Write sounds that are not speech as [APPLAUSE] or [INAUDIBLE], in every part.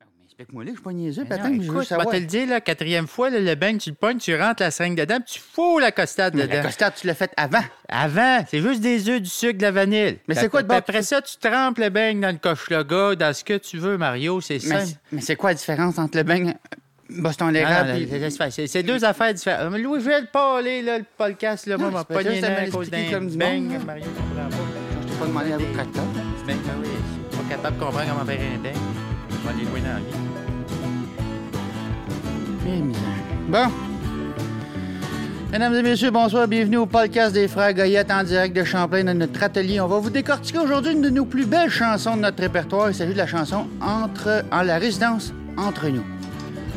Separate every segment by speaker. Speaker 1: Ben Explique-moi là, je suis pas niaiseux,
Speaker 2: Mais non,
Speaker 1: patin, mais Ben je veux
Speaker 2: écoute, je vais
Speaker 1: savoir.
Speaker 2: te le dire, la quatrième fois, là, le bain, tu le pognes, tu rentres la seringue dedans, puis tu fous la costade
Speaker 1: Mais
Speaker 2: dedans.
Speaker 1: La costade, tu l'as faite avant.
Speaker 2: Avant, c'est juste des œufs, du sucre, de la vanille.
Speaker 1: Mais
Speaker 2: Puis
Speaker 1: c'est quoi de
Speaker 2: après-
Speaker 1: bon-
Speaker 2: Après ça, tu trempes le beigne dans le coche-loga, dans ce que tu veux, Mario, c'est
Speaker 1: Mais,
Speaker 2: simple.
Speaker 1: mais c'est quoi la différence entre le bain euh, Boston
Speaker 2: Non, non,
Speaker 1: l'érable
Speaker 2: non,
Speaker 1: puis...
Speaker 2: laisse- laisse faire. C'est c'est deux affaires différentes. Mais Louis, je vais le parler, là, le podcast, là, moi,
Speaker 1: Non,
Speaker 2: m'a
Speaker 1: c'est pas
Speaker 2: pogné
Speaker 1: juste à
Speaker 2: dans à
Speaker 1: me
Speaker 2: cause
Speaker 1: l'expliquer
Speaker 2: d'un
Speaker 1: comme du
Speaker 2: beigne,
Speaker 1: monde, là.
Speaker 2: Mario, tu comprends pas.
Speaker 1: Je t'ai pas demandé à vous de tracteur.
Speaker 2: Ben, ben oui, je suis pas capable de comprendre comment faire un beigne. Je vais aller loin dans la vie.
Speaker 1: Eh bien. Bon. Mesdames et messieurs, bonsoir. Bienvenue au podcast des Frères Goyette en direct de Champlain dans notre atelier. On va vous décortiquer aujourd'hui une de nos plus belles chansons de notre répertoire. Il s'agit de la chanson Entre en la résidence entre nous.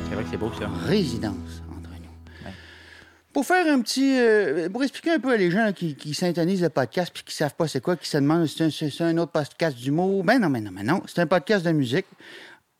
Speaker 2: C'est vrai que c'est beau, ça.
Speaker 1: résidence entre nous. Pour faire un petit. euh, pour expliquer un peu à les gens qui, qui syntonisent le podcast puis qui savent pas c'est quoi, qui se demandent si c'est un, si c'est un autre podcast d'humour. Ben non, ben non, ben non. C'est un podcast de musique.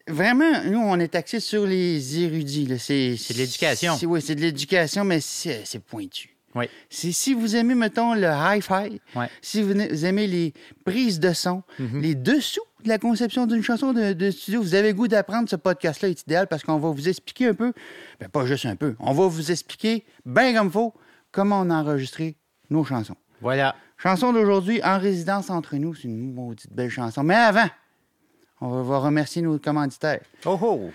Speaker 1: Vraiment, nous, on est axé sur les érudits. là. C'est
Speaker 2: de l'éducation.
Speaker 1: c'est- Oui, c'est de l'éducation, mais c'est c'est pointu.
Speaker 2: Oui.
Speaker 1: C'est si vous aimez, mettons, le hi-fi,
Speaker 2: Ouais.
Speaker 1: si vous vous aimez les prises de son, les dessous de la conception d'une chanson de, de studio, vous avez le goût d'apprendre ce podcast-là est idéal parce qu'on va vous expliquer un peu, ben pas juste un peu, on va vous expliquer, bien comme faut, comment on a enregistré nos chansons.
Speaker 2: Voilà.
Speaker 1: Chanson d'aujourd'hui, En résidence entre nous, c'est une maudite belle chanson. Mais avant, on va- va remercier nos commanditaires.
Speaker 2: Oh, oh.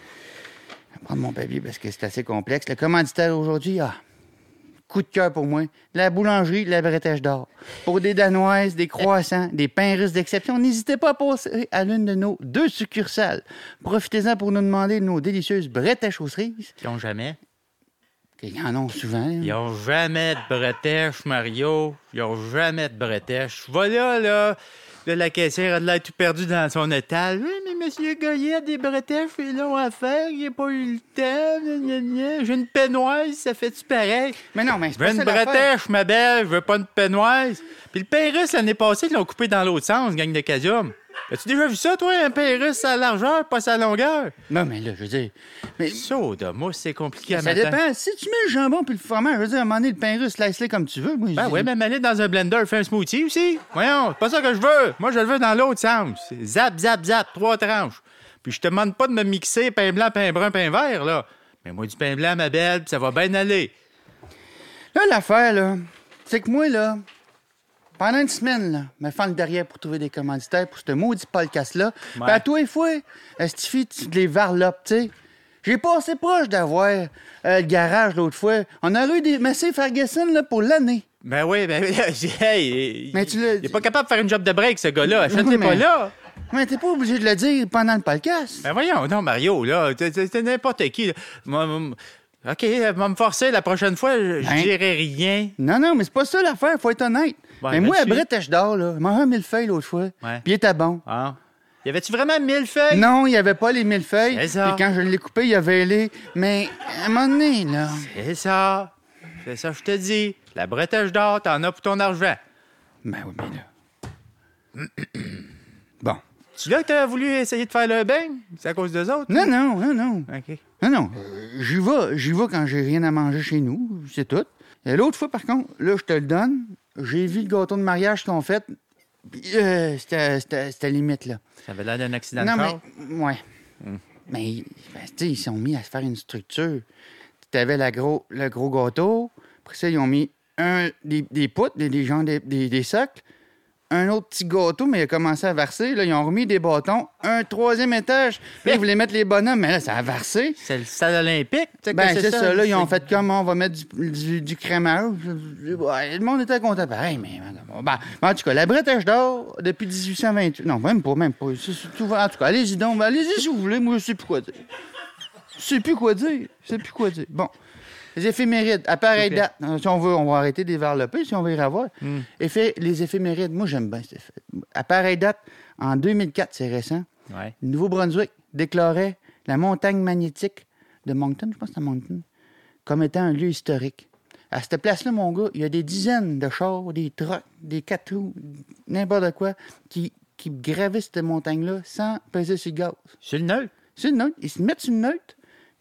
Speaker 1: Je vais prendre mon papier parce que c'est assez complexe. Le commanditaire aujourd'hui, ah, coup de cœur pour moi. La boulangerie, la bretèche d'or. Pour des danoises, des croissants, des pains russes d'exception, n'hésitez pas à passer à l'une de nos deux succursales. Profitez-en pour nous demander nos délicieuses bretèches aux cerises.
Speaker 2: Ils ont jamais.
Speaker 1: Il y en a souvent. hein.
Speaker 2: Ils ont jamais de bretèche, Mario. Ils ont jamais de bretèche. Voilà, là. Là, la caissière a de l'air tout perdue dans son étal. Oui, mais monsieur Goyer, des bretèches, c'est long à faire. Il n'a pas eu le temps. Gna, gna, gna. J'ai une peignoise, ça fait-tu pareil?
Speaker 1: Mais non, mais c'est
Speaker 2: Je veux
Speaker 1: pas
Speaker 2: Ben, une
Speaker 1: ça l'affaire.
Speaker 2: bretèche, ma belle. Je veux pas une peignoise. Puis le pain russe, l'année passée, ils l'ont coupé dans l'autre sens, gang de casium. As-tu déjà vu ça, toi, un pain russe à largeur, pas sa longueur?
Speaker 1: Non, mais là, je veux dire. Mais
Speaker 2: Soda, moi, c'est compliqué à
Speaker 1: ça
Speaker 2: matin.
Speaker 1: dépend. Si tu mets le jambon puis le fromage, je veux dire, à un moment donné, le pain russe, slice-le comme tu veux. Moi, je
Speaker 2: Ben
Speaker 1: dis-
Speaker 2: oui, mais aller dans un blender, fais un smoothie aussi. Voyons, c'est pas ça que je veux. Moi, je le veux dans l'autre sens. C'est Zap, zap, zap, trois tranches. Puis je te demande pas de me mixer pain blanc, pain brun, pain vert, là. Mais moi, du pain blanc, ma belle, puis ça va bien aller.
Speaker 1: Là, l'affaire, là, c'est que moi, là, pendant une semaine, là, me faire le derrière pour trouver des commanditaires pour ce maudit podcast-là. Ben, à tous les fois, Stifi, tu les varlopes, tu sais. J'ai passé proche d'avoir euh, le garage l'autre fois. On a eu des Massey Ferguson là, pour l'année.
Speaker 2: Ben oui, [LAUGHS] ben hey,
Speaker 1: Mais tu l'as-
Speaker 2: Il est pas capable de faire une job de break,
Speaker 1: [LAUGHS]
Speaker 2: ce gars-là. Achète-les
Speaker 1: Oui, mais-
Speaker 2: pas là.
Speaker 1: Mais t'es pas obligé de le dire pendant le podcast.
Speaker 2: Ben voyons, non, Mario, là, t'es- t'es t'es n'importe qui. là. Moi, moi, OK, elle va me forcer la prochaine fois, je je
Speaker 1: Ben.
Speaker 2: dirai rien.
Speaker 1: Non, non, mais c'est pas ça l'affaire, faut être honnête.
Speaker 2: Ouais,
Speaker 1: mais moi, à
Speaker 2: là-dessus-
Speaker 1: Bretèche d'or, là, je mangeais un millefeuille l'autre fois.
Speaker 2: Ouais.
Speaker 1: Puis il était bon.
Speaker 2: Hein? Y avait-tu vraiment mille feuilles?
Speaker 1: Non, il n'y avait pas les millefeuilles.
Speaker 2: C'est ça.
Speaker 1: Puis quand je l'ai coupé, il y avait les. Mais à un moment donné, là.
Speaker 2: C'est ça. C'est ça, je te dis. La bretèche d'or, t'en as pour ton argent.
Speaker 1: Ben oui, mais là. [COUGHS] bon.
Speaker 2: Tu là que t'as voulu essayer de faire le bain? C'est à cause des autres?
Speaker 1: Non, non, non, non.
Speaker 2: OK.
Speaker 1: Non, non. Euh, J'y vais, j'y vais quand j'ai rien à manger chez nous, c'est tout. Et l'autre fois, par contre, là, je te le donne, j'ai vu le gâteau de mariage qu'on fait. puis, euh, c'était, c'était, c'était limite, là.
Speaker 2: Ça avait l'air d'un accident
Speaker 1: non,
Speaker 2: de corps.
Speaker 1: mais. Ouais. Mais, ben, tu sais, ils se sont mis à se faire une structure. Tu avais la gros, le gros gâteau, après ça, ils ont mis un, des, des poutres, des, des, gens, des, des, des socles, un autre petit gâteau, mais il a commencé à verser. Là, ils ont remis des bâtons, un troisième étage. Là, ils voulaient mettre les bonhommes, mais là, ça a versé.
Speaker 2: C'est le stade olympique. tu sais que
Speaker 1: Ben, c'est ça, là, ils ont
Speaker 2: c'est-
Speaker 1: fait comme on va mettre du, du, du crémage. Ouais, le monde était content pareil, mais. ben, ben, en tout cas, la bretèche d'or, depuis 1828. Non, même pas, même pas. C'est- c'est tout- en tout cas, allez-y donc, ben, allez-y si vous voulez, moi, je sais plus quoi dire. Je sais plus quoi dire, je sais plus quoi dire. Bon. Les éphémérides, à pareille
Speaker 2: Ok. Hmm.
Speaker 1: date. Euh, Si on veut, on va arrêter des verlepés, si on veut y revoir. Effet, les éphémérides, moi, j'aime bien cet effet. À pareille date, en 2004, c'est récent,
Speaker 2: Ouais.
Speaker 1: le Nouveau-Brunswick déclarait la montagne magnétique de Moncton, je pense que c'est à Moncton, comme étant un lieu historique. À cette place-là, mon gars, il y a des dizaines de chars, des trucks, des quatre roues, n'importe quoi, qui, qui gravissent cette montagne-là sans peser sur le gaz.
Speaker 2: Sur le nœud.
Speaker 1: Sur une note, ils se mettent sur une note,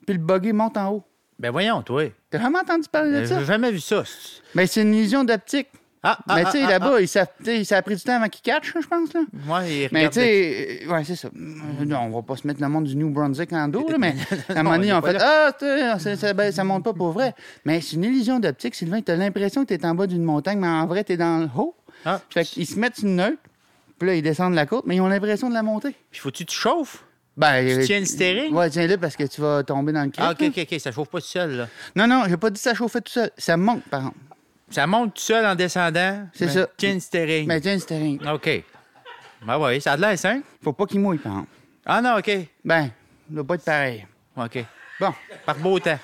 Speaker 1: puis le buggy monte en haut.
Speaker 2: Ben voyons, toi.
Speaker 1: T'as vraiment entendu parler de ça?
Speaker 2: J'ai jamais vu ça. c'est-
Speaker 1: Mais c'est une illusion d'optique.
Speaker 2: Ah, ah,
Speaker 1: mais
Speaker 2: ah,
Speaker 1: tu sais,
Speaker 2: ah,
Speaker 1: là-bas, ils savent- tu sais, ça a pris du temps avant qu'ils catchent, je pense. Là.
Speaker 2: Moi, il
Speaker 1: Mais
Speaker 2: regarde
Speaker 1: tu sais, euh, ouais, c'est ça. Euh, Non, on va pas se mettre le monde du New Brunswick en dos,
Speaker 2: [LAUGHS]
Speaker 1: là, mais à un moment
Speaker 2: on est
Speaker 1: donné, on
Speaker 2: pas
Speaker 1: fait Ah, tu sais, ça, ça, ben, ça monte pas pour vrai. Mais c'est une illusion d'optique, Sylvain. Tu as l'impression que tu es en bas d'une montagne, mais en vrai, tu es dans le haut.
Speaker 2: Ah.
Speaker 1: Fait qu'ils se mettent une neutre, puis là, ils descendent la côte, mais ils ont l'impression de la monter.
Speaker 2: Puis faut-tu que tu chauffes?
Speaker 1: Ben,
Speaker 2: Tu
Speaker 1: euh,
Speaker 2: tiens le steering?
Speaker 1: Ouais, tiens-le parce que tu vas tomber dans le creux.
Speaker 2: Ah, OK, OK, OK. Ça chauffe pas tout seul, là.
Speaker 1: Non, non, j'ai pas dit ça chauffait tout seul. Ça monte, par contre.
Speaker 2: Ça monte tout seul en descendant.
Speaker 1: C'est
Speaker 2: mais
Speaker 1: ça.
Speaker 2: Tiens le steering.
Speaker 1: Mais Ben, tiens, c'était rien.
Speaker 2: OK. Ben oui, ça a de l'air simple.
Speaker 1: Faut pas qu'il mouille, par contre.
Speaker 2: Ah non, OK.
Speaker 1: Ben, ça doit pas être pareil.
Speaker 2: OK.
Speaker 1: Bon,
Speaker 2: Par beau temps,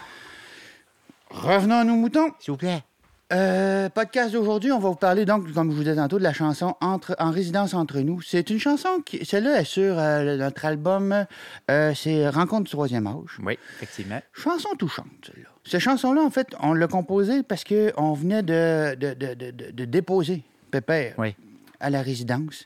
Speaker 1: revenons à nos moutons.
Speaker 2: s'il vous plaît.
Speaker 1: Euh, podcast d'aujourd'hui, on va vous parler donc, comme je vous disais tantôt, de la chanson entre, En résidence entre nous. C'est une chanson qui, celle-là est sur euh, le- notre album, euh, c'est Rencontre du troisième âge.
Speaker 2: Oui, effectivement.
Speaker 1: Chanson touchante, celle-là. Cette chanson-là, en fait, on l'a composée parce qu'on venait de, de, de- de- de- de déposer Pépère
Speaker 2: Oui.
Speaker 1: à la résidence.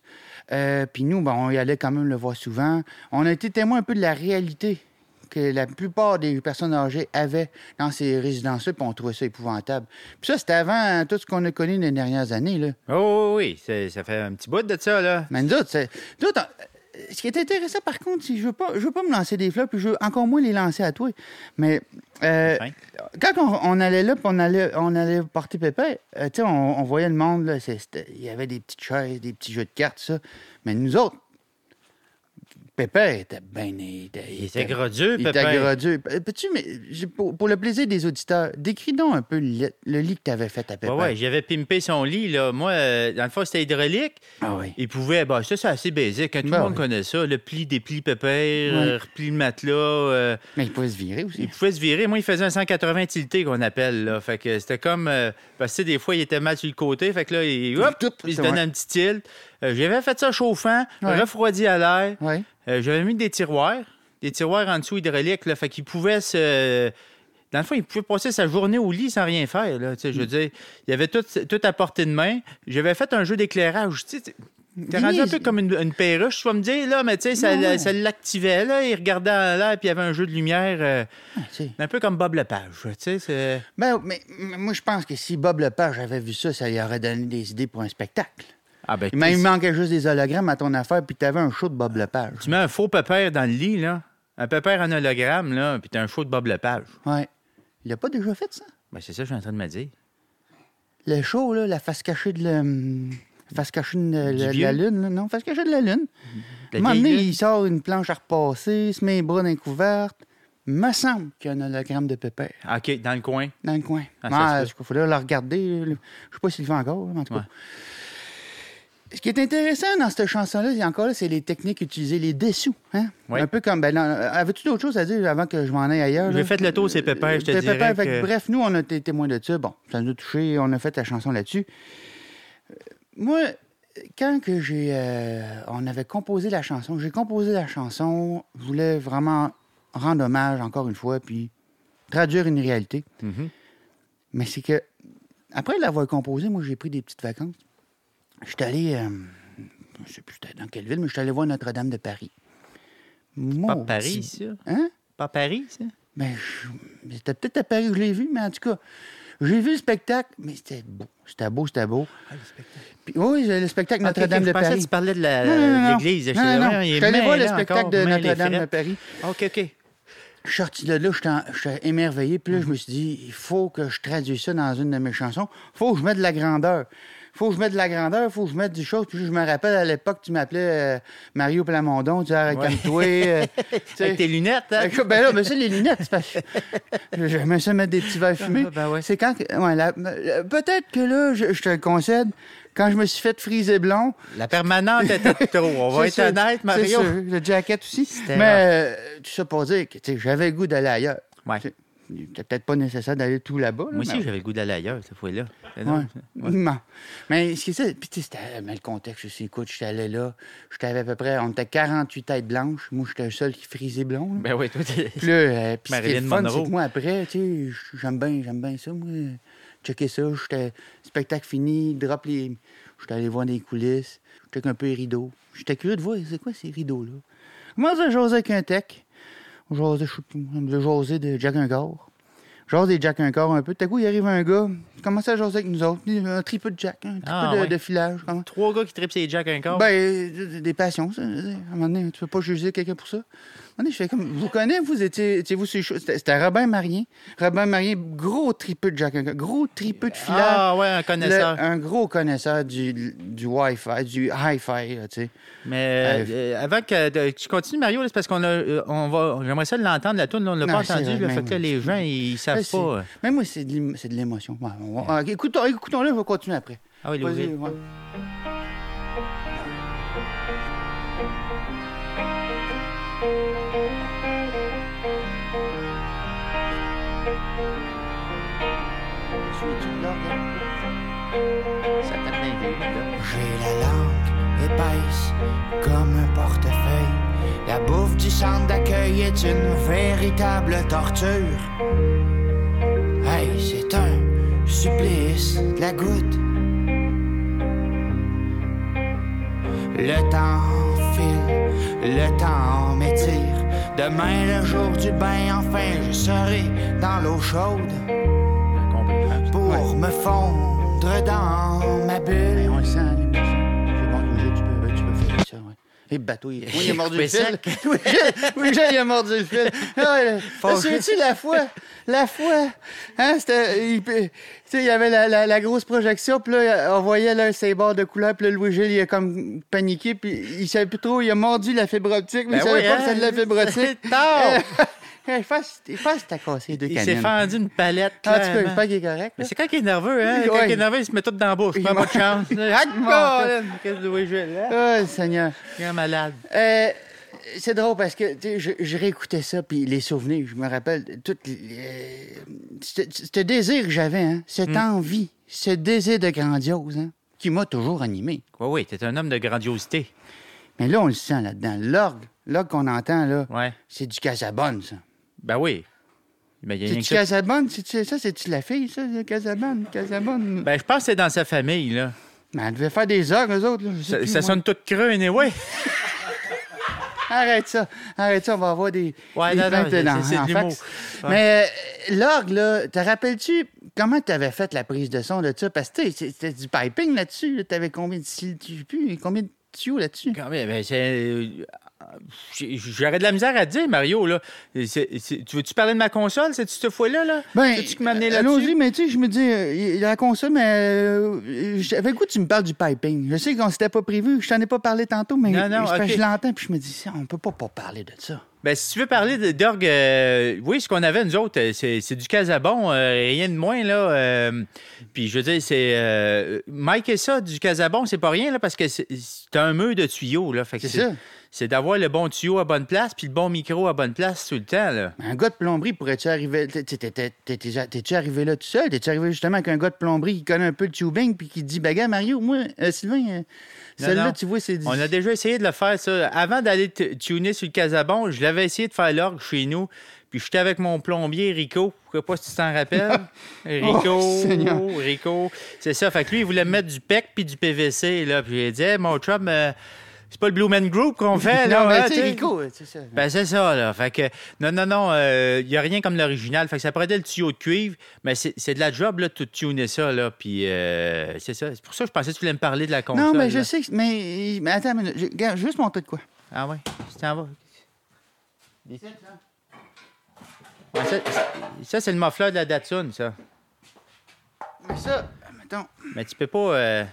Speaker 1: Euh, Puis nous, ben, on y allait quand même le voir souvent. On a été témoin un peu de la réalité que la plupart des personnes âgées avaient dans ces résidences-là, puis on trouvait ça épouvantable. Puis ça, c'était avant hein, tout ce qu'on a connu dans les dernières années. Là.
Speaker 2: Oh oui, oui, c'est- ça fait un petit bout de ça, là.
Speaker 1: Mais nous autres, c'est- nous autres, on- ce qui est intéressant, par contre, si je veux pas, je veux pas me lancer des fleurs, puis je veux encore moins les lancer à toi. Mais euh,
Speaker 2: Enfin.
Speaker 1: quand on, on allait là, puis on allait, on allait porter Pépé, euh, tu sais, on, on voyait le monde, là, c'est- c'était- il y avait des petites chaises, des petits jeux de cartes, ça. Mais nous autres, Pépé était bien... Il était,
Speaker 2: Il était grodeux,
Speaker 1: il
Speaker 2: Pépin.
Speaker 1: était gradeux. Euh, Peux-tu, mais j'ai- pour, pour le plaisir des auditeurs, décris donc un peu le, lit- le lit que tu avais fait à Pépé.
Speaker 2: Ouais, ouais, j'avais pimpé son lit, là. Moi, euh, dans le fond, c'était hydraulique.
Speaker 1: Ah oui.
Speaker 2: Il pouvait. Bah, ça, c'est assez basique. hein, Tout
Speaker 1: Ben
Speaker 2: le monde
Speaker 1: oui.
Speaker 2: connaît ça. Le pli, dépli, pépère,
Speaker 1: Oui.
Speaker 2: euh, repli le matelas. euh,
Speaker 1: Mais il pouvait se virer aussi.
Speaker 2: il pouvait se virer. Moi, il faisait un 180 tilté qu'on appelle, là. Fait que c'était comme. euh, parce que, tu sais, des fois, il était mal sur le côté. Fait que là, il, hop,
Speaker 1: Tout,
Speaker 2: il se
Speaker 1: c'est
Speaker 2: donnait
Speaker 1: vrai.
Speaker 2: un petit tilt. Euh, j'avais fait ça chauffant,
Speaker 1: Ouais.
Speaker 2: refroidi à l'air.
Speaker 1: Oui.
Speaker 2: Euh, j'avais mis des tiroirs, des tiroirs en dessous hydrauliques, là, fait qu'il pouvait se... Dans le fond, il pouvait passer sa journée au lit sans rien faire. Là, tu sais, Je veux dire, il y avait tout, tout à portée de main. J'avais fait un jeu d'éclairage. Tu sais, t'es-
Speaker 1: Des
Speaker 2: t'es rendu un peu
Speaker 1: niaiseries.
Speaker 2: comme une, une perruche, tu vas me dire, là, mais tu sais, ça,
Speaker 1: Non, non.
Speaker 2: ça l'activait. Là, il regardait en l'air, puis il y avait un jeu de lumière, euh,
Speaker 1: Ah, tu sais.
Speaker 2: un peu comme Bob Lepage. Tu sais, c'est-
Speaker 1: Ben, mais, mais moi, je pense que si Bob Lepage avait vu ça, ça lui aurait donné des idées pour un spectacle.
Speaker 2: Ah, ben,
Speaker 1: Mais il
Speaker 2: tu-
Speaker 1: manquait juste des hologrammes à ton affaire, puis t'avais un show de Bob Lepage.
Speaker 2: tu mets un faux pépère dans le lit, là, un pépère en hologramme, là, puis t'as un show de Bob Lepage.
Speaker 1: Ouais. Il a pas déjà fait ça?
Speaker 2: Ben, c'est ça que je suis en train de me dire.
Speaker 1: Le show, là, la face cachée de la... Face cachée de la,
Speaker 2: Du
Speaker 1: la-
Speaker 2: vieux?
Speaker 1: la lune, là. non? Face cachée de la lune.
Speaker 2: La
Speaker 1: un moment
Speaker 2: vieille
Speaker 1: donné,
Speaker 2: lune.
Speaker 1: il sort une planche à repasser, il se met les bras dans les couvertes. Me semble qu'il y a un hologramme de Pépère
Speaker 2: OK, dans le coin.
Speaker 1: dans le coin.
Speaker 2: Ah,
Speaker 1: Ah,
Speaker 2: ça se peut.
Speaker 1: je- faudrait le regarder. là. Je sais pas s'il le fait encore, là, mais en tout cas. Ce qui est intéressant dans cette chanson-là, il y a encore là, c'est les techniques utilisées, les dessous. Hein?
Speaker 2: Ouais.
Speaker 1: Un peu comme. Ben, non, euh, Avais-tu d'autres choses à dire avant que je m'en aille ailleurs?
Speaker 2: J'ai
Speaker 1: là?
Speaker 2: fait le tour, c'est Pépin, je te
Speaker 1: Euh,
Speaker 2: dirais
Speaker 1: Pépin, fait que,
Speaker 2: que-
Speaker 1: Bref, nous, on a été témoins de ça. Bon, ça nous a touchés, on a fait la chanson là-dessus. Euh, Moi, quand que j'ai. euh, on avait composé la chanson, j'ai composé la chanson, je voulais vraiment rendre hommage encore une fois, puis traduire une réalité.
Speaker 2: Mm-hmm.
Speaker 1: Mais c'est que, après l'avoir composé, moi, j'ai pris des petites vacances. Je suis allé, euh, je sais plus c'était dans quelle ville, mais je suis allé voir Notre-Dame de Paris.
Speaker 2: Pas
Speaker 1: Maudit-
Speaker 2: Paris, ça.
Speaker 1: Hein?
Speaker 2: Pas Paris, ça.
Speaker 1: Ben, je- c'était peut-être à Paris que je l'ai vu, mais en tout cas, j'ai vu le spectacle, mais c'était beau. C'était beau, c'était beau. Puis, oui, le spectacle Notre-Dame
Speaker 2: Ah, Ok, ok,
Speaker 1: de
Speaker 2: je pensais
Speaker 1: Paris.
Speaker 2: que tu parlais de la-
Speaker 1: Non, non, non, non.
Speaker 2: l'église.
Speaker 1: Non, non, non. Je suis allé voir le spectacle de Notre-Dame de
Speaker 2: Paris.
Speaker 1: Paris.
Speaker 2: OK, OK.
Speaker 1: Je suis sorti de là, j'étais en- j'étais émerveillé. Puis là,
Speaker 2: Mhm.
Speaker 1: je me suis dit, il faut que je traduise ça dans une de mes chansons. faut que je mette de la grandeur. faut que je mette de la grandeur, faut que je mette du chose. Puis je me rappelle, à l'époque, tu m'appelais euh, Mario Plamondon, tu disais, comme toi.
Speaker 2: [LAUGHS] Avec tes lunettes,
Speaker 1: [LAUGHS]
Speaker 2: hein?
Speaker 1: Ben là, mais ça, les lunettes, c'est parce que j'aimais ça mettre des petits verres fumés.
Speaker 2: Ah, ben ouais.
Speaker 1: C'est quand... que- ouais, la- euh, Peut-être que là, je, je te le concède, quand je me suis fait friser blond...
Speaker 2: La permanente était trop. On va être
Speaker 1: c'est sûr,
Speaker 2: honnête, Mario.
Speaker 1: C'est sûr, le jacket aussi.
Speaker 2: C'était
Speaker 1: Mais euh, tout ça pour dire que tu sais, j'avais le goût d'aller ailleurs.
Speaker 2: Ouais.
Speaker 1: C'est- C'était peut-être pas nécessaire d'aller tout là-bas. là,
Speaker 2: Moi aussi,
Speaker 1: mais-
Speaker 2: j'avais le goût d'aller ailleurs, cette fois-là. Mais non.
Speaker 1: Ouais. Non. Mais ce qui est ça, puis tu sais, c'était- mais le contexte aussi, écoute, j'étais allé là, j'étais à peu près, on était 48 têtes blanches, moi j'étais le seul qui frisait blond. là.
Speaker 2: Ben oui, toi, t'es-
Speaker 1: [LAUGHS] Puis là, euh, puis ce qui est le
Speaker 2: Marilyn
Speaker 1: fun,
Speaker 2: Monroe.
Speaker 1: c'est que moi, après, tu sais, j'aime bien, j'aime bien ça, moi. Checker ça, j'étais... Spectacle fini, drop les... J'étais allé voir des coulisses, check un peu les rideaux. J'étais curieux de voir, c'est quoi ces rideaux-là? Comment ça, José avec un tech? José, je sais plus, le José de Jack Ungor. J'ose des Jack un corps un peu. Tout à coup, il arrive un gars. Il commence à jaser avec nous autres. Un tripeux de Jack, un tripeux
Speaker 2: Ah,
Speaker 1: de,
Speaker 2: ouais.
Speaker 1: de filage. comment-
Speaker 2: [LAUGHS] Trois gars qui tripent ses jacks un corps.
Speaker 1: Ben, euh, des passions, ça. À un moment donné, tu peux pas juger quelqu'un pour ça. À un moment donné, je fais comme. Vous connaissez, vous étiez. Étiez-vous sur les shows? C'était c'était Robin Marien. Robin Marien, gros tripeux de Jack un corps, Gros tripeux de filage.
Speaker 2: ah ouais, un
Speaker 1: Le-
Speaker 2: connaisseur.
Speaker 1: un gros connaisseur du, du Wi-Fi, du Hi-Fi, là, tu sais.
Speaker 2: Mais euh, avant que de- tu continues, Mario, là, c'est parce qu'on a, euh, on va, j'aimerais ça l'entendre la tune, là, on l'a
Speaker 1: Non,
Speaker 2: pas
Speaker 1: c'est
Speaker 2: entendu,
Speaker 1: vrai,
Speaker 2: là, fait
Speaker 1: mais
Speaker 2: que là, les gens ils savent
Speaker 1: Là, c'est-
Speaker 2: pas. euh.
Speaker 1: Même moi, c'est de l'ém- c'est de l'émotion. Ouais, on va- ok, écoutons, écoutons-le, on va continuer après.
Speaker 2: Ah oui,
Speaker 1: Vas-y,
Speaker 2: l'ouvrir.
Speaker 1: ouais. Tu veux-tu de l'orgue?
Speaker 2: Ça tape dans les veines,
Speaker 3: J'ai la langue épaisse comme un portefeuille. La bouffe du centre d'accueil est une véritable torture. Hey, c'est un supplice de la goutte. Le temps file, le temps m'étire. Demain, le jour du bain, enfin, je serai dans l'eau chaude
Speaker 2: là. Compris.
Speaker 3: pour
Speaker 1: Ouais.
Speaker 3: me fondre dans ma bulle.
Speaker 1: Ben, on le sent, l'émotion. C'est bon, Roger, tu peux, ben, tu peux faire ça, ouais. Et le bateau, il, oui, il a mordu
Speaker 2: [LAUGHS]
Speaker 1: le
Speaker 2: Coupé
Speaker 1: fil. Oui, je- oui, je- il a mordu le fil.
Speaker 3: [LAUGHS]
Speaker 1: Ah, tu la fois? La fois, hein, c'était... Il, tu sais, il y avait la, la- la grosse projection, puis là, on voyait là, ses bords de couleur, puis là, Louis-Gilles, il a comme paniqué, puis il savait plus trop, il a mordu la fibre optique, mais
Speaker 2: Ben
Speaker 1: il savait
Speaker 2: oui,
Speaker 1: pas
Speaker 2: hein?
Speaker 1: que c'était de la fibre
Speaker 2: [LAUGHS]
Speaker 1: optique.
Speaker 2: C'est tard!
Speaker 1: [LAUGHS] Il fasse que t'as cassé les deux
Speaker 2: Il s'est
Speaker 1: canines.
Speaker 2: fendu une palette.
Speaker 1: Ah, tu peux,
Speaker 2: clairement.
Speaker 1: j'espère qu'il est correct.
Speaker 2: Mais
Speaker 1: là.
Speaker 2: c'est quand il est nerveux, hein? Quand
Speaker 1: Ouais.
Speaker 2: il est nerveux, il se met tout dans la bouche.
Speaker 1: Il
Speaker 2: Prends pas de
Speaker 1: mange.
Speaker 2: chance. Ah, Colin! Qu'est-ce que vous jouez là?
Speaker 1: Oh, Seigneur.
Speaker 2: hein? Il est malade.
Speaker 1: Euh, c'est drôle parce que tu sais, je, je réécoutais ça, puis les souvenirs, je me rappelle, de tout les- ce ce désir que j'avais, hein, cette
Speaker 2: Mm.
Speaker 1: envie, ce désir de grandiose hein, qui m'a toujours animé.
Speaker 2: Oui, oui, t'es un homme de grandiosité.
Speaker 1: Mais là, on le sent là-dedans. L'orgue, l'orgue qu'on entend, là,
Speaker 2: Ouais.
Speaker 1: c'est du Casabonne, ça.
Speaker 2: Ben oui. Mais il y a
Speaker 1: C'est du
Speaker 2: rien que ça.
Speaker 1: Casabonne, c'est-tu- ça, c'est-tu la fille, ça, de Casabonne, Casabonne?
Speaker 2: Ben, je pense que c'est dans sa famille, là.
Speaker 1: Mais elle devait faire des orgues, eux autres, là. je sais
Speaker 2: Ça,
Speaker 1: plus,
Speaker 2: ça
Speaker 1: moi.
Speaker 2: sonne tout creux, anyway.
Speaker 1: Arrête ça. Arrête ça, on va avoir des.
Speaker 2: Ouais,
Speaker 1: des
Speaker 2: non, non,
Speaker 1: plaintes
Speaker 2: c'est-
Speaker 1: dans-
Speaker 2: c'est de
Speaker 1: en
Speaker 2: l'humour.
Speaker 1: fax. Mais euh, l'orgue, là, te rappelles-tu comment tu avais fait la prise de son de ça? Parce que tu sais, c'est- c'était du piping là-dessus. Tu avais combien de cils- tu sais plus, combien de tuyaux là-dessus?
Speaker 2: Quand même, ben, c'est. euh, j'ai- J'aurais de la misère à te dire, Mario, là. C'est- c'est- tu veux-tu parler de ma console, cette cette fois-là, là? Peux-tu m'amener
Speaker 1: euh,
Speaker 2: là-dessus?
Speaker 1: allons-y, mais tu sais, je me dis, euh, il y a la console, mais euh, j'avais le goût que tu me parles du piping. Je sais qu'on s'était pas prévu, je t'en ai pas parlé tantôt, mais
Speaker 2: Non,
Speaker 1: je,
Speaker 2: non,
Speaker 1: parce que
Speaker 2: ok.
Speaker 1: je l'entends, puis je me dis, ça, on peut pas pas parler de ça.
Speaker 2: Ben, si tu veux parler de- d'orgue, euh, oui, ce qu'on avait, nous autres, euh, c'est c'est du Casabon, euh, rien de moins, là. euh, Puis, je veux dire, c'est. euh, Mike et ça, du Casabon, c'est pas rien, là, parce que c'est c'est un mur de tuyaux, là. Fait que
Speaker 1: C'est ça.
Speaker 2: C'est d'avoir le bon tuyau à bonne place, puis le bon micro à bonne place tout le temps, là.
Speaker 1: Un gars de plomberie, pourrais-tu arriver. t'es- t'es- t'es- t'es- t'es- T'es-tu arrivé là tout seul? T'es-tu arrivé justement avec un gars de plomberie qui connaît un peu le tubing puis qui dit Baga, Mario, moi, euh, Sylvain, euh,
Speaker 2: non.
Speaker 1: celle-là, tu vois, c'est.
Speaker 2: On a déjà essayé de le faire, ça. Avant d'aller t- tuner sur le Casabon, je l'avais essayé de faire l'orgue chez nous. Puis j'étais avec mon plombier, Rico. Je sais pas si tu t'en rappelles. Rico,
Speaker 1: [LAUGHS] Oh, Seigneur.
Speaker 2: Rico. C'est ça. Fait que lui, il voulait mettre du PEC puis du PVC, là. Puis j'ai dit, Hey, mon chum, euh, c'est pas le Blue Man Group
Speaker 1: [LAUGHS]
Speaker 2: qu'on fait, là.
Speaker 1: Non, mais
Speaker 2: hein,
Speaker 1: tu
Speaker 2: tu
Speaker 1: sais,
Speaker 2: sais.
Speaker 1: Rico, euh, c'est ça.
Speaker 2: Ben, c'est ça, là. Fait que, non, non, non, il n'y a rien comme l'original. Fait que ça prenait le tuyau de cuivre, mais c'est c'est de la job, là, de tout tuner ça, là. Puis, euh, c'est ça. C'est pour ça que je pensais que tu voulais me parler de la console.
Speaker 1: non, mais je
Speaker 2: là.
Speaker 1: sais que. Mais, mais attends, une minute, je- regarde, juste montrer de quoi.
Speaker 2: Ah ouais, tu t'en vas. Ouais, ça, ça, c'est le muffler de la Datsun, ça.
Speaker 1: Mais ça, mettons,
Speaker 2: Mais tu peux pas. euh,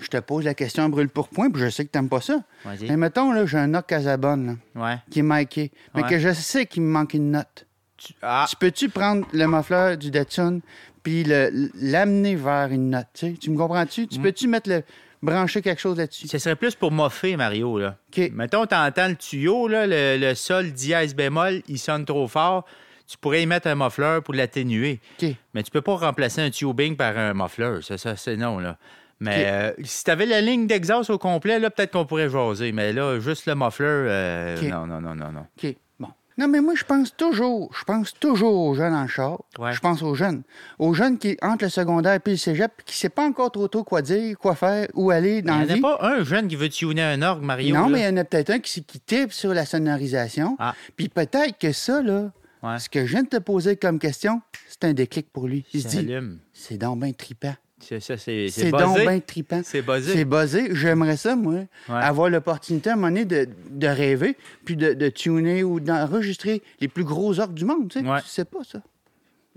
Speaker 1: je te pose la question à brûle pour point, puis je sais que t'aimes pas ça.
Speaker 2: Vas-y.
Speaker 1: Mais mettons, là, j'ai un Noc Casabonne, là,
Speaker 2: Ouais.
Speaker 1: qui est miqué, mais
Speaker 2: Ouais.
Speaker 1: que je sais qu'il me manque une note.
Speaker 2: Tu- Ah,
Speaker 1: Tu peux-tu prendre le muffler du Datsun puis le- l'amener vers une note? Tu, sais? Tu me comprends-tu?
Speaker 2: Hmm.
Speaker 1: Tu peux-tu mettre le. brancher quelque chose là-dessus?
Speaker 2: ce serait plus pour moffer, Mario, là.
Speaker 1: OK.
Speaker 2: Mettons, t'entends le tuyau, là, le, le sol dièse bémol, il sonne trop fort. Tu pourrais y mettre un muffler pour l'atténuer.
Speaker 1: OK.
Speaker 2: Mais tu peux pas remplacer un tubing par un muffler. Ça, ça c'est non, là. Mais euh, si t'avais la ligne d'exhaust au complet, là, peut-être qu'on pourrait jaser. Mais là, juste le muffler, euh,
Speaker 1: OK.
Speaker 2: non, non, non, non, non.
Speaker 1: OK. Bon. Non, mais moi, je pense toujours, je pense toujours aux jeunes en char.
Speaker 2: Ouais.
Speaker 1: Je pense aux jeunes. Aux jeunes qui, entre le secondaire et le cégep, puis qui ne savent pas encore trop tôt quoi dire, quoi faire, où aller dans
Speaker 2: Il
Speaker 1: la
Speaker 2: n'y en
Speaker 1: vie.
Speaker 2: a pas un jeune qui veut tuner un orgue, Mario.
Speaker 1: non,
Speaker 2: là.
Speaker 1: mais il y en a peut-être un qui, s- qui tape sur la sonorisation.
Speaker 2: Ah.
Speaker 1: Puis peut-être que ça, là,
Speaker 2: Ouais.
Speaker 1: Ce que je viens de te poser comme question, c'est un déclic pour lui. Il se
Speaker 2: Ça
Speaker 1: dit,
Speaker 2: allume.
Speaker 1: c'est donc bien tripant.
Speaker 2: C'est ça, c'est
Speaker 1: C'est donc
Speaker 2: buzzé.
Speaker 1: bien tripant.
Speaker 2: C'est buzzé.
Speaker 1: C'est buzzé. J'aimerais ça, moi. Avoir l'opportunité à un moment donné de, de rêver, puis de, de tuner ou d'enregistrer les plus gros orgues du monde. Tu sais,
Speaker 2: Ouais.
Speaker 1: tu sais pas ça.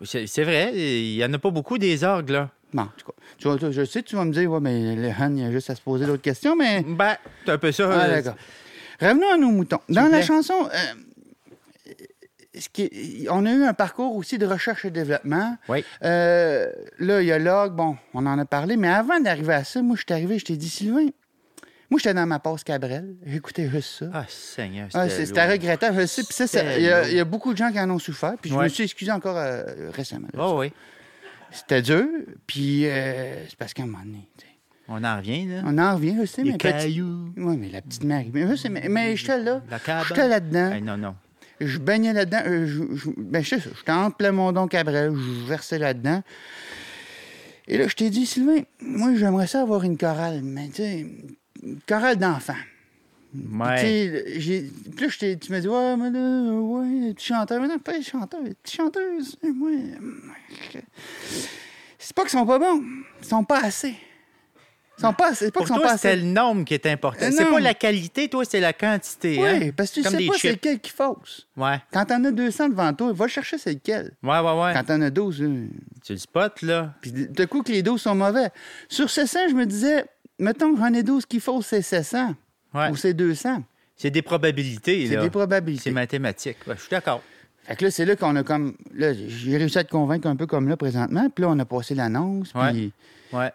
Speaker 2: C'est c'est vrai, il n'y en a pas beaucoup des orgues, là.
Speaker 1: Bon, en tout cas, tu vois, je sais, tu vas me dire, ouais, mais le Han, il a juste à se poser d'autres questions, mais.
Speaker 2: Ben, c'est un peu ça.
Speaker 1: Ah,
Speaker 2: euh,
Speaker 1: d'accord. Revenons à nos moutons. Dans
Speaker 2: vous
Speaker 1: la
Speaker 2: plaît.
Speaker 1: chanson, euh, ce qui est- on a eu un parcours aussi de recherche et développement.
Speaker 2: Oui.
Speaker 1: Euh, là, il y a l'orgue, bon, on en a parlé, mais avant d'arriver à ça, moi, je suis arrivé, je t'ai dit, Sylvain, moi, j'étais dans ma passe Cabrel, j'écoutais juste ça.
Speaker 2: Ah, Seigneur.
Speaker 1: Ah, c'est- C'était
Speaker 2: lourd.
Speaker 1: regrettable, je sais. Puis ça, ça-
Speaker 2: C'était
Speaker 1: il y, a-
Speaker 2: lourd.
Speaker 1: il y a beaucoup de gens qui en ont souffert. Puis je
Speaker 2: Ouais.
Speaker 1: me suis excusé encore euh, récemment. là.
Speaker 2: Oh, oui.
Speaker 1: C'était dur, puis euh, c'est parce qu'à un moment donné, tu sais,
Speaker 2: On en revient, là.
Speaker 1: on en revient, je sais,
Speaker 2: Les
Speaker 1: mais petit...
Speaker 2: cailloux.
Speaker 1: Oui, mais la petite Marie. Mais, je sais, mais, mais j'étais là.
Speaker 2: La cabane.
Speaker 1: J'étais là-dedans.
Speaker 2: Eh, non, non.
Speaker 1: Je baignais là-dedans. euh, je, je- ben, je sais ça. J'étais en plein mondon Cabrel. Je versais là-dedans. Et là, je t'ai dit, Sylvain, moi, j'aimerais ça avoir une chorale, mais tu sais, une chorale d'enfants.
Speaker 2: Ouais.
Speaker 1: Tu sais, j'ai- Puis là, je t'ai- tu m'as dit, ouais, mais là, ouais, petit chanteur. Mais non, pas les chanteur, petit chanteuse. Moi, euh, c'est pas qu'ils sont pas bons, ils sont pas assez. Ils sont pas assez. C'est pas
Speaker 2: Pour
Speaker 1: qu'ils sont
Speaker 2: toi,
Speaker 1: pas
Speaker 2: c'est
Speaker 1: assez.
Speaker 2: le nombre qui est important.
Speaker 1: Euh,
Speaker 2: C'est
Speaker 1: non.
Speaker 2: pas la qualité, toi, c'est la quantité.
Speaker 1: Oui,
Speaker 2: hein?
Speaker 1: parce que tu
Speaker 2: Comme
Speaker 1: sais
Speaker 2: des
Speaker 1: pas c'est
Speaker 2: chips.
Speaker 1: lequel qui fausse.
Speaker 2: Ouais.
Speaker 1: Quand t'en as 200 devant toi, va chercher c'est lequel.
Speaker 2: Ouais, ouais, ouais.
Speaker 1: Quand t'en as 12, euh,
Speaker 2: Tu le spots, là.
Speaker 1: puis de coup que les 12 sont mauvais. Sur 700, je me disais, mettons que j'en ai 12 qui faussent, c'est 700
Speaker 2: Ouais.
Speaker 1: ou c'est 200.
Speaker 2: C'est des probabilités,
Speaker 1: C'est
Speaker 2: là.
Speaker 1: des
Speaker 2: C'est
Speaker 1: probabilités.
Speaker 2: mathématique. Ouais, je suis d'accord.
Speaker 1: Fait que là, c'est là qu'on a comme. Là, j'ai réussi à te convaincre un peu comme là présentement. Puis là, on a passé l'annonce, puis
Speaker 2: Ouais.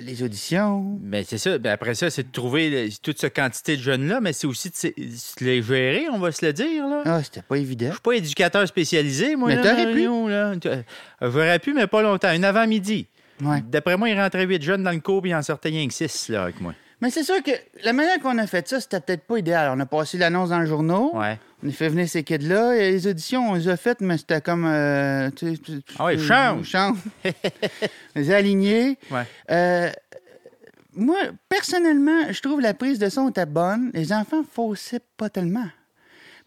Speaker 1: les auditions.
Speaker 2: Ben, c'est ça. Ben, après ça, c'est de trouver le- toute cette quantité de jeunes-là, mais c'est aussi de, se- de les gérer, on va se le dire. Là.
Speaker 1: Ah, c'était pas évident.
Speaker 2: Je suis pas éducateur spécialisé, moi.
Speaker 1: Mais
Speaker 2: là,
Speaker 1: t'aurais pu.
Speaker 2: Mario, là. Tu- euh, J'aurais pu, mais pas longtemps. Une avant-midi.
Speaker 1: Ouais.
Speaker 2: D'après moi, il rentrait huit jeunes dans le cours, puis il en sortait rien que six, là, avec moi.
Speaker 1: Mais c'est sûr que la manière qu'on a fait ça, c'était peut-être pas idéal. On a passé l'annonce dans le journal.
Speaker 2: Ouais.
Speaker 1: On a fait venir ces kids-là. et Les auditions, on les a faites, mais c'était comme. euh, tu sais, tu- tu-
Speaker 2: Ah ouais,
Speaker 1: tu-
Speaker 2: change. [LAUGHS]
Speaker 1: Change. On les a alignés.
Speaker 2: Ouais.
Speaker 1: Euh, moi, personnellement, je trouve la prise de son était bonne. Les enfants faussaient pas tellement.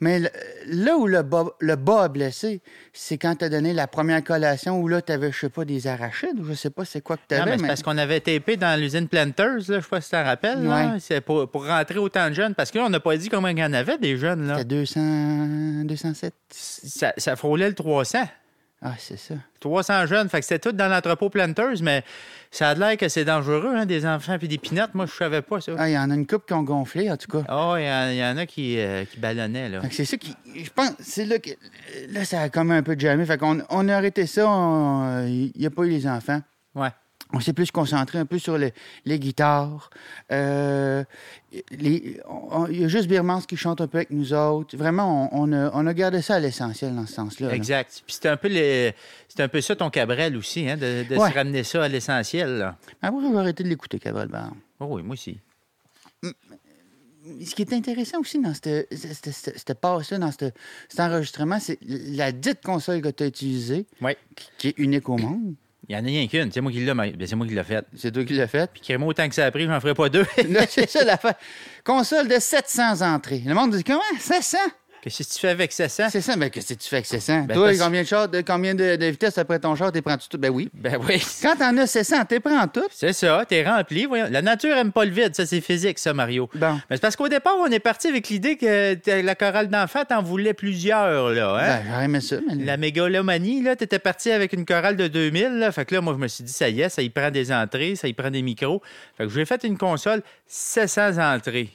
Speaker 1: Mais le- là où le bas, le bas a blessé, c'est quand t'as donné la première collation où là, t'avais, je sais pas, des arachides ou je sais pas c'est quoi que t'avais.
Speaker 2: Non, mais c'est
Speaker 1: mais-
Speaker 2: parce qu'on avait tapé dans l'usine Planters, là, je sais pas si tu t'en rappelles. là.
Speaker 1: Ouais.
Speaker 2: C'est pour, pour rentrer autant de jeunes. Parce que là, on n'a pas dit combien il y en avait des jeunes. là.
Speaker 1: C'était 200, 207.
Speaker 2: Ça, ça frôlait le 300.
Speaker 1: Ah, c'est ça.
Speaker 2: 300 jeunes, fait que c'était tout dans l'entrepôt Planters, mais ça a l'air que c'est dangereux, hein, des enfants puis des pinottes. Moi, je savais pas ça.
Speaker 1: Ah, il y en a une coupe qui ont gonflé, en tout cas.
Speaker 2: Oh, il y, en- il y en a qui, euh, qui ballonnaient, là.
Speaker 1: Fait que C'est ça qui. Je pense. C'est là que. Là, ça a comme un peu de jamais. Fait qu'on on a arrêté ça. on- Il n'y a pas eu les enfants.
Speaker 2: Ouais.
Speaker 1: On s'est plus concentré un peu sur les, les guitares. Euh, les- on- on- Il y a juste Birmans qui chante un peu avec nous autres. Vraiment, on, on a, on a gardé ça à l'essentiel dans ce sens-là. là.
Speaker 2: Exact. Puis c'était un peu les... c'était un peu ça ton Cabrel aussi, hein, de, de
Speaker 1: Ouais.
Speaker 2: se ramener ça à l'essentiel. là.
Speaker 1: Après, je vais arrêter de l'écouter, Cabral Bar.
Speaker 2: Oh, oui, moi aussi.
Speaker 1: Ce qui est intéressant aussi dans cette, cette, cette- cette passe-là, dans cette- cet enregistrement, c'est la dite console que tu as utilisée,
Speaker 2: Oui.
Speaker 1: qui, qui est unique au monde.
Speaker 2: Il y en a rien qu'une. C'est moi qui l'ai, mais- ben, c'est moi qui l'ai faite.
Speaker 1: C'est toi qui l'as fait.
Speaker 2: Puis crée-moi autant que ça a pris, j'en ferai pas deux. [LAUGHS]
Speaker 1: Là, [LAUGHS] c'est ça l'affaire. Console de 700 entrées. Le monde dit comment 700
Speaker 2: Qu'est-ce que tu fais avec ça, ça?
Speaker 1: C'est ça, mais qu'est-ce que tu fais avec 700
Speaker 2: Hein? Ben,
Speaker 1: Toi,
Speaker 2: parce-
Speaker 1: combien de, char- de- combien de, de vitesse après ton char, t'es prends tout Ben oui.
Speaker 2: Ben oui.
Speaker 1: Quand t'en as 700, t'es prends tout.
Speaker 2: C'est ça, t'es rempli. voyons. La nature aime pas le vide, ça c'est physique, ça, Mario.
Speaker 1: Bon.
Speaker 2: Mais c'est parce qu'au départ, on est parti avec l'idée que t'as- la chorale d'enfants, t'en voulais plusieurs, là. Hein?
Speaker 1: Ben, j'aurais aimé ça, mais.
Speaker 2: La mégalomanie, là, t'étais parti avec une chorale de 2000, là. Fait que là, moi, je me suis dit, ça y est, ça y prend des entrées, ça y prend des micros. Fait que j'ai fait une console 700 entrées.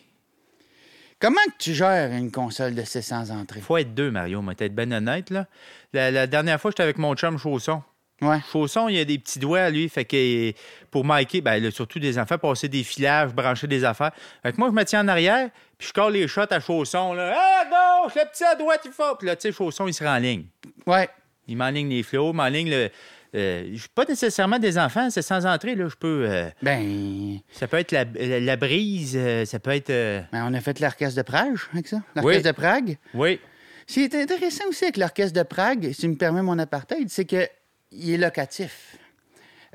Speaker 1: Comment que tu gères une console de 700 entrées
Speaker 2: Faut être deux, Mario, mais être ben honnête, là. La, la dernière fois, j'étais avec mon chum Chausson.
Speaker 1: Ouais.
Speaker 2: Chausson, il a des petits doigts, lui. Fait que pour Mikey, ben, là, surtout des enfants, passer des filages, brancher des affaires. Fait que moi, je me tiens en arrière, puis je colle les shots à Chausson, là. Ah, gauche, le petit à droite, il faut. Puis là, tu sais, Chausson, il se rend en ligne.
Speaker 1: Ouais.
Speaker 2: Il m'enligne les flots, m'enligne le. euh, je suis pas nécessairement des enfants, c'est sans entrée, là. Je peux. euh,
Speaker 1: Ben.
Speaker 2: ça peut être la, la- la brise, euh, ça peut être. euh,
Speaker 1: ben, on a fait l'orchestre de Prague hein, avec ça. L'orchestre
Speaker 2: Oui.
Speaker 1: de Prague.
Speaker 2: oui.
Speaker 1: Ce qui est intéressant aussi avec l'orchestre de Prague, si tu me permets mon apartheid, c'est que il est locatif.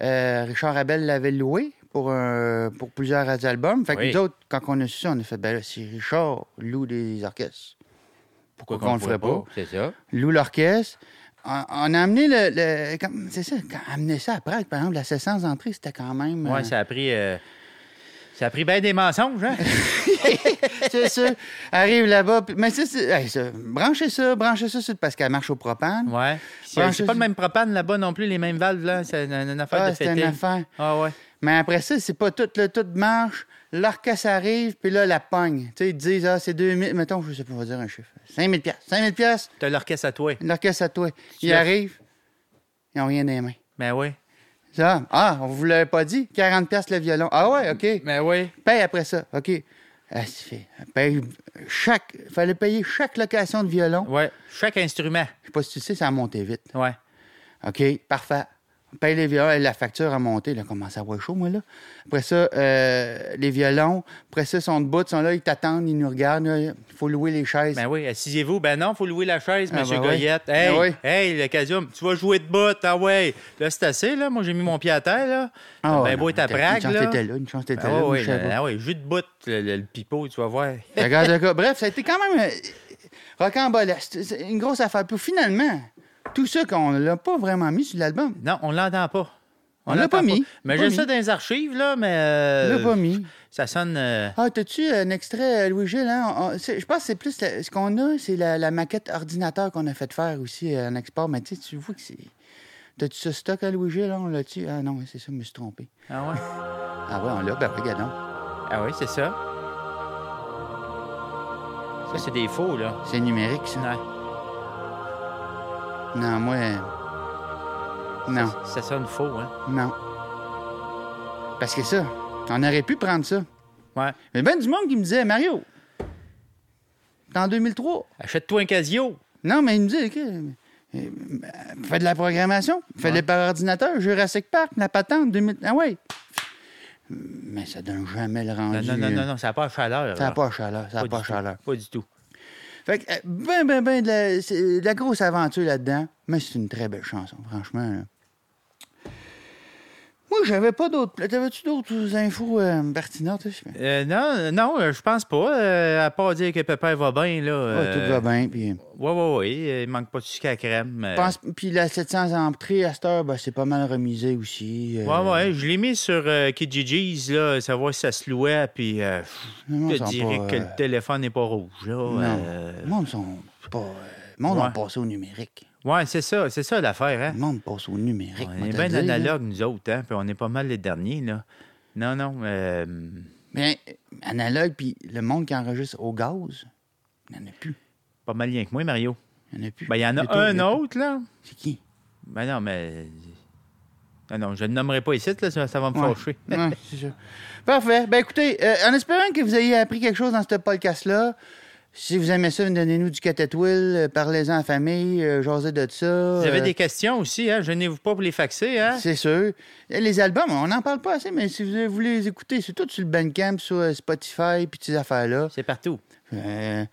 Speaker 1: Euh, Richard Abel l'avait loué pour, un- pour plusieurs albums. Fait que
Speaker 2: Oui.
Speaker 1: nous autres, quand on a su ça, on a fait ben là, si Richard loue des orchestres, Pourquoi qu'on le ferait pas?
Speaker 2: C'est ça.
Speaker 1: Lou l'orchestre. On, on a amené le. le- comme- c'est ça, quand- amener ça à Prague, par exemple, la session d'entrée, c'était quand même. euh,
Speaker 2: Ouais, ça a pris. euh, ça a pris bien des mensonges, hein?
Speaker 1: [LAUGHS] c'est sûr. Arrive là-bas. puis- Mais c'est, c'est- hey, ça, branchez ça, branchez ça, sur- parce qu'elle marche au propane.
Speaker 2: Ouais.
Speaker 1: Ouais,
Speaker 2: C'est c'est
Speaker 1: c'est-
Speaker 2: pas le même propane là-bas non plus, les mêmes valves, là. C'est une, une affaire
Speaker 1: Ah,
Speaker 2: de
Speaker 1: c'est une
Speaker 2: fêter.
Speaker 1: affaire.
Speaker 2: Ah, ouais.
Speaker 1: Mais après ça, c'est pas tout, là, tout marche. L'orchestre arrive, puis là, la pogne. Tu sais, ils disent, ah, c'est 2000, mettons, je sais pas, on va dire un chiffre. 5000 piastres. 5000 piastres,
Speaker 2: T'as l'orchestre à toi.
Speaker 1: l'orchestre à toi. Ils
Speaker 2: l'as-
Speaker 1: arrivent, ils ont rien dans les mains.
Speaker 2: Ben oui.
Speaker 1: Ça, ah, on vous l'avait pas dit, 40 piastres le violon. Ah ouais, OK.
Speaker 2: Ben oui.
Speaker 1: Paye après ça, OK. Ah, c'est fait. Paye chaque... Fallait payer chaque location de violon.
Speaker 2: Ouais. Chaque instrument.
Speaker 1: Je sais pas si tu le sais, ça a monté vite.
Speaker 2: Ouais.
Speaker 1: OK, parfait. On paye les violons, la facture a monté, là, comment ça va être chaud, moi, là. Après ça, euh, les violons, après ça, ils sont debout, ils sont là, ils t'attendent, ils nous regardent, il faut louer les chaises.
Speaker 2: Ben oui, assisiez-vous. Ben non, faut louer la chaise,
Speaker 1: Ah,
Speaker 2: monsieur
Speaker 1: ben oui.
Speaker 2: Goyette. Hey,
Speaker 1: Ben oui.
Speaker 2: hey, l'occasion, tu vas jouer de bout, ah ouais. Là, c'est assez, là. Moi, j'ai mis mon pied à terre, là.
Speaker 1: Ah,
Speaker 2: ben
Speaker 1: ouais,
Speaker 2: beau être
Speaker 1: non,
Speaker 2: à
Speaker 1: t'as-
Speaker 2: Prague,
Speaker 1: Une chance
Speaker 2: là.
Speaker 1: t'étais là, une chance t'étais
Speaker 2: Ah
Speaker 1: là, moi,
Speaker 2: oui,
Speaker 1: je sais pas.
Speaker 2: ah oui, jus de bout, le, le- le pipeau, tu vas voir.
Speaker 1: Regarde le gars. Bref, ça a été quand même euh, rocambolesque. C'est une grosse affaire. Puis finalement, tout ça qu'on l'a pas vraiment mis sur l'album,
Speaker 2: Non, on l'entend pas.
Speaker 1: On l'a
Speaker 2: l'entend
Speaker 1: pas mis.
Speaker 2: Mais
Speaker 1: Pas
Speaker 2: j'ai
Speaker 1: mis.
Speaker 2: ça dans les archives, là, mais.
Speaker 1: on
Speaker 2: euh,
Speaker 1: l'a pas mis.
Speaker 2: Ça sonne. euh,
Speaker 1: Ah, t'as-tu un extrait, euh, Louis-Gilles? hein? On- on- c'est- Je pense que c'est plus... la- ce qu'on a, c'est la, la maquette ordinateur qu'on a fait faire aussi euh, en export. Mais tu sais, tu vois que c'est... T'as-tu ce stock à Louis-Gilles? hein? On l'a-tu? Ah non, c'est ça, je me suis trompé.
Speaker 2: Ah ouais.
Speaker 1: Ah ouais, on l'a. Ben, regarde donc.
Speaker 2: Ah oui, c'est ça. Ça, c'est des faux, là.
Speaker 1: C'est numérique, ça.
Speaker 2: Ouais.
Speaker 1: Non, moi... euh, Non,
Speaker 2: Ça sonne faux, hein.
Speaker 1: non. Parce que ça, on aurait pu prendre ça.
Speaker 2: Ouais.
Speaker 1: Mais ben du monde qui me disait, Mario, t'es en 2003.
Speaker 2: Achète-toi un casio.
Speaker 1: Non, mais il me disait, OK, euh, euh, fais de la programmation, fais le par ordinateur, Jurassic Park, la patente, 2000. Ah ouais. Mais ça donne jamais le
Speaker 2: Non,
Speaker 1: rendu. euh,
Speaker 2: non, non, non, non, ça n'a pas de chaleur.
Speaker 1: Ça n'a
Speaker 2: là.
Speaker 1: pas de chaleur, ça n'a pas de
Speaker 2: du tout.
Speaker 1: chaleur.
Speaker 2: Pas du tout.
Speaker 1: Fait que, euh, ben, ben, ben, de la, c'est de la grosse aventure là-dedans. Mais c'est une très belle chanson, franchement. là. Moi, j'avais pas d'autres. T'avais-tu d'autres infos euh, pertinentes? là? Je sais pas.
Speaker 2: Euh, non, non, euh, je pense pas. euh, à part dire que Pépère va bien, là.
Speaker 1: Ah,
Speaker 2: euh,
Speaker 1: tout va bien. Puis,
Speaker 2: Ouais, ouais, ouais. euh, Il manque pas de sucre à la crème. euh.
Speaker 1: pense, puis la 700 entrées à cette heure, ben, c'est pas mal remisé aussi. euh,
Speaker 2: Ouais, ouais, je l'ai mis sur euh, Kijijis, là, savoir si ça se louait, puis euh,
Speaker 1: non,
Speaker 2: je
Speaker 1: ils
Speaker 2: te
Speaker 1: sont
Speaker 2: dirais
Speaker 1: pas,
Speaker 2: que
Speaker 1: euh,
Speaker 2: le téléphone n'est pas rouge, là.
Speaker 1: Non.
Speaker 2: euh.
Speaker 1: Le monde sont pas. euh, Le monde
Speaker 2: Ouais.
Speaker 1: a passé au numérique.
Speaker 2: Ouais, c'est ça, c'est ça l'affaire, hein.
Speaker 1: Le monde passe au numérique.
Speaker 2: On
Speaker 1: moi,
Speaker 2: est
Speaker 1: te
Speaker 2: bien
Speaker 1: le dis, là.
Speaker 2: analogue, nous autres, hein, puis on est pas mal les derniers, là. Non, non, euh,
Speaker 1: Mais euh, analogue, puis le monde qui enregistre au gaz, il n'y en a plus.
Speaker 2: pas mal rien que moi, Mario.
Speaker 1: Il n'y en a plus.
Speaker 2: Ben, il y en
Speaker 1: Plutôt,
Speaker 2: a un
Speaker 1: y plus.
Speaker 2: autre, là.
Speaker 1: C'est qui?
Speaker 2: Ben non, mais... Non, non, je ne le nommerai pas ici, là, ça, ça va me
Speaker 1: Ouais.
Speaker 2: fâcher.
Speaker 1: Ouais, [LAUGHS] c'est ça. Parfait. Ben écoutez, euh, en espérant que vous ayez appris quelque chose dans ce podcast-là, si vous aimez ça, donnez-nous du catatouille, euh, parlez-en en famille, euh, jasez de ça.
Speaker 2: Vous
Speaker 1: euh,
Speaker 2: avez des questions aussi, hein? Gênez-vous pas pour les faxer, hein?
Speaker 1: C'est sûr. Et Les albums, on n'en parle pas assez, mais si vous voulez les écouter, c'est tout sur le Bandcamp, sur euh, Spotify, puis ces affaires-là.
Speaker 2: C'est partout.
Speaker 1: Euh,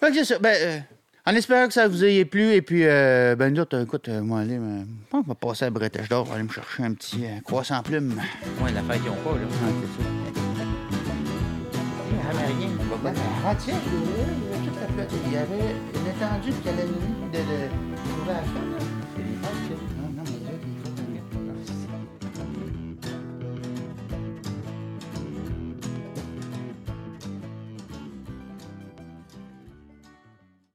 Speaker 1: fait que c'est ça. Ben, euh, en espérant que ça vous ait plu, et puis, euh, ben, nous autres, écoute, euh, moi, allez, euh, je pense qu'on va passer à Bretèche d'Or, on va aller me chercher un petit euh, croissant plume.
Speaker 2: Ouais, l'affaire qu'ils ont pas, là.
Speaker 1: Ah, c'est ça. Ben, ah, tiens, il y avait toute la plate- il y avait une étendue qui allait de, de, de, de, la fin, là. Ah,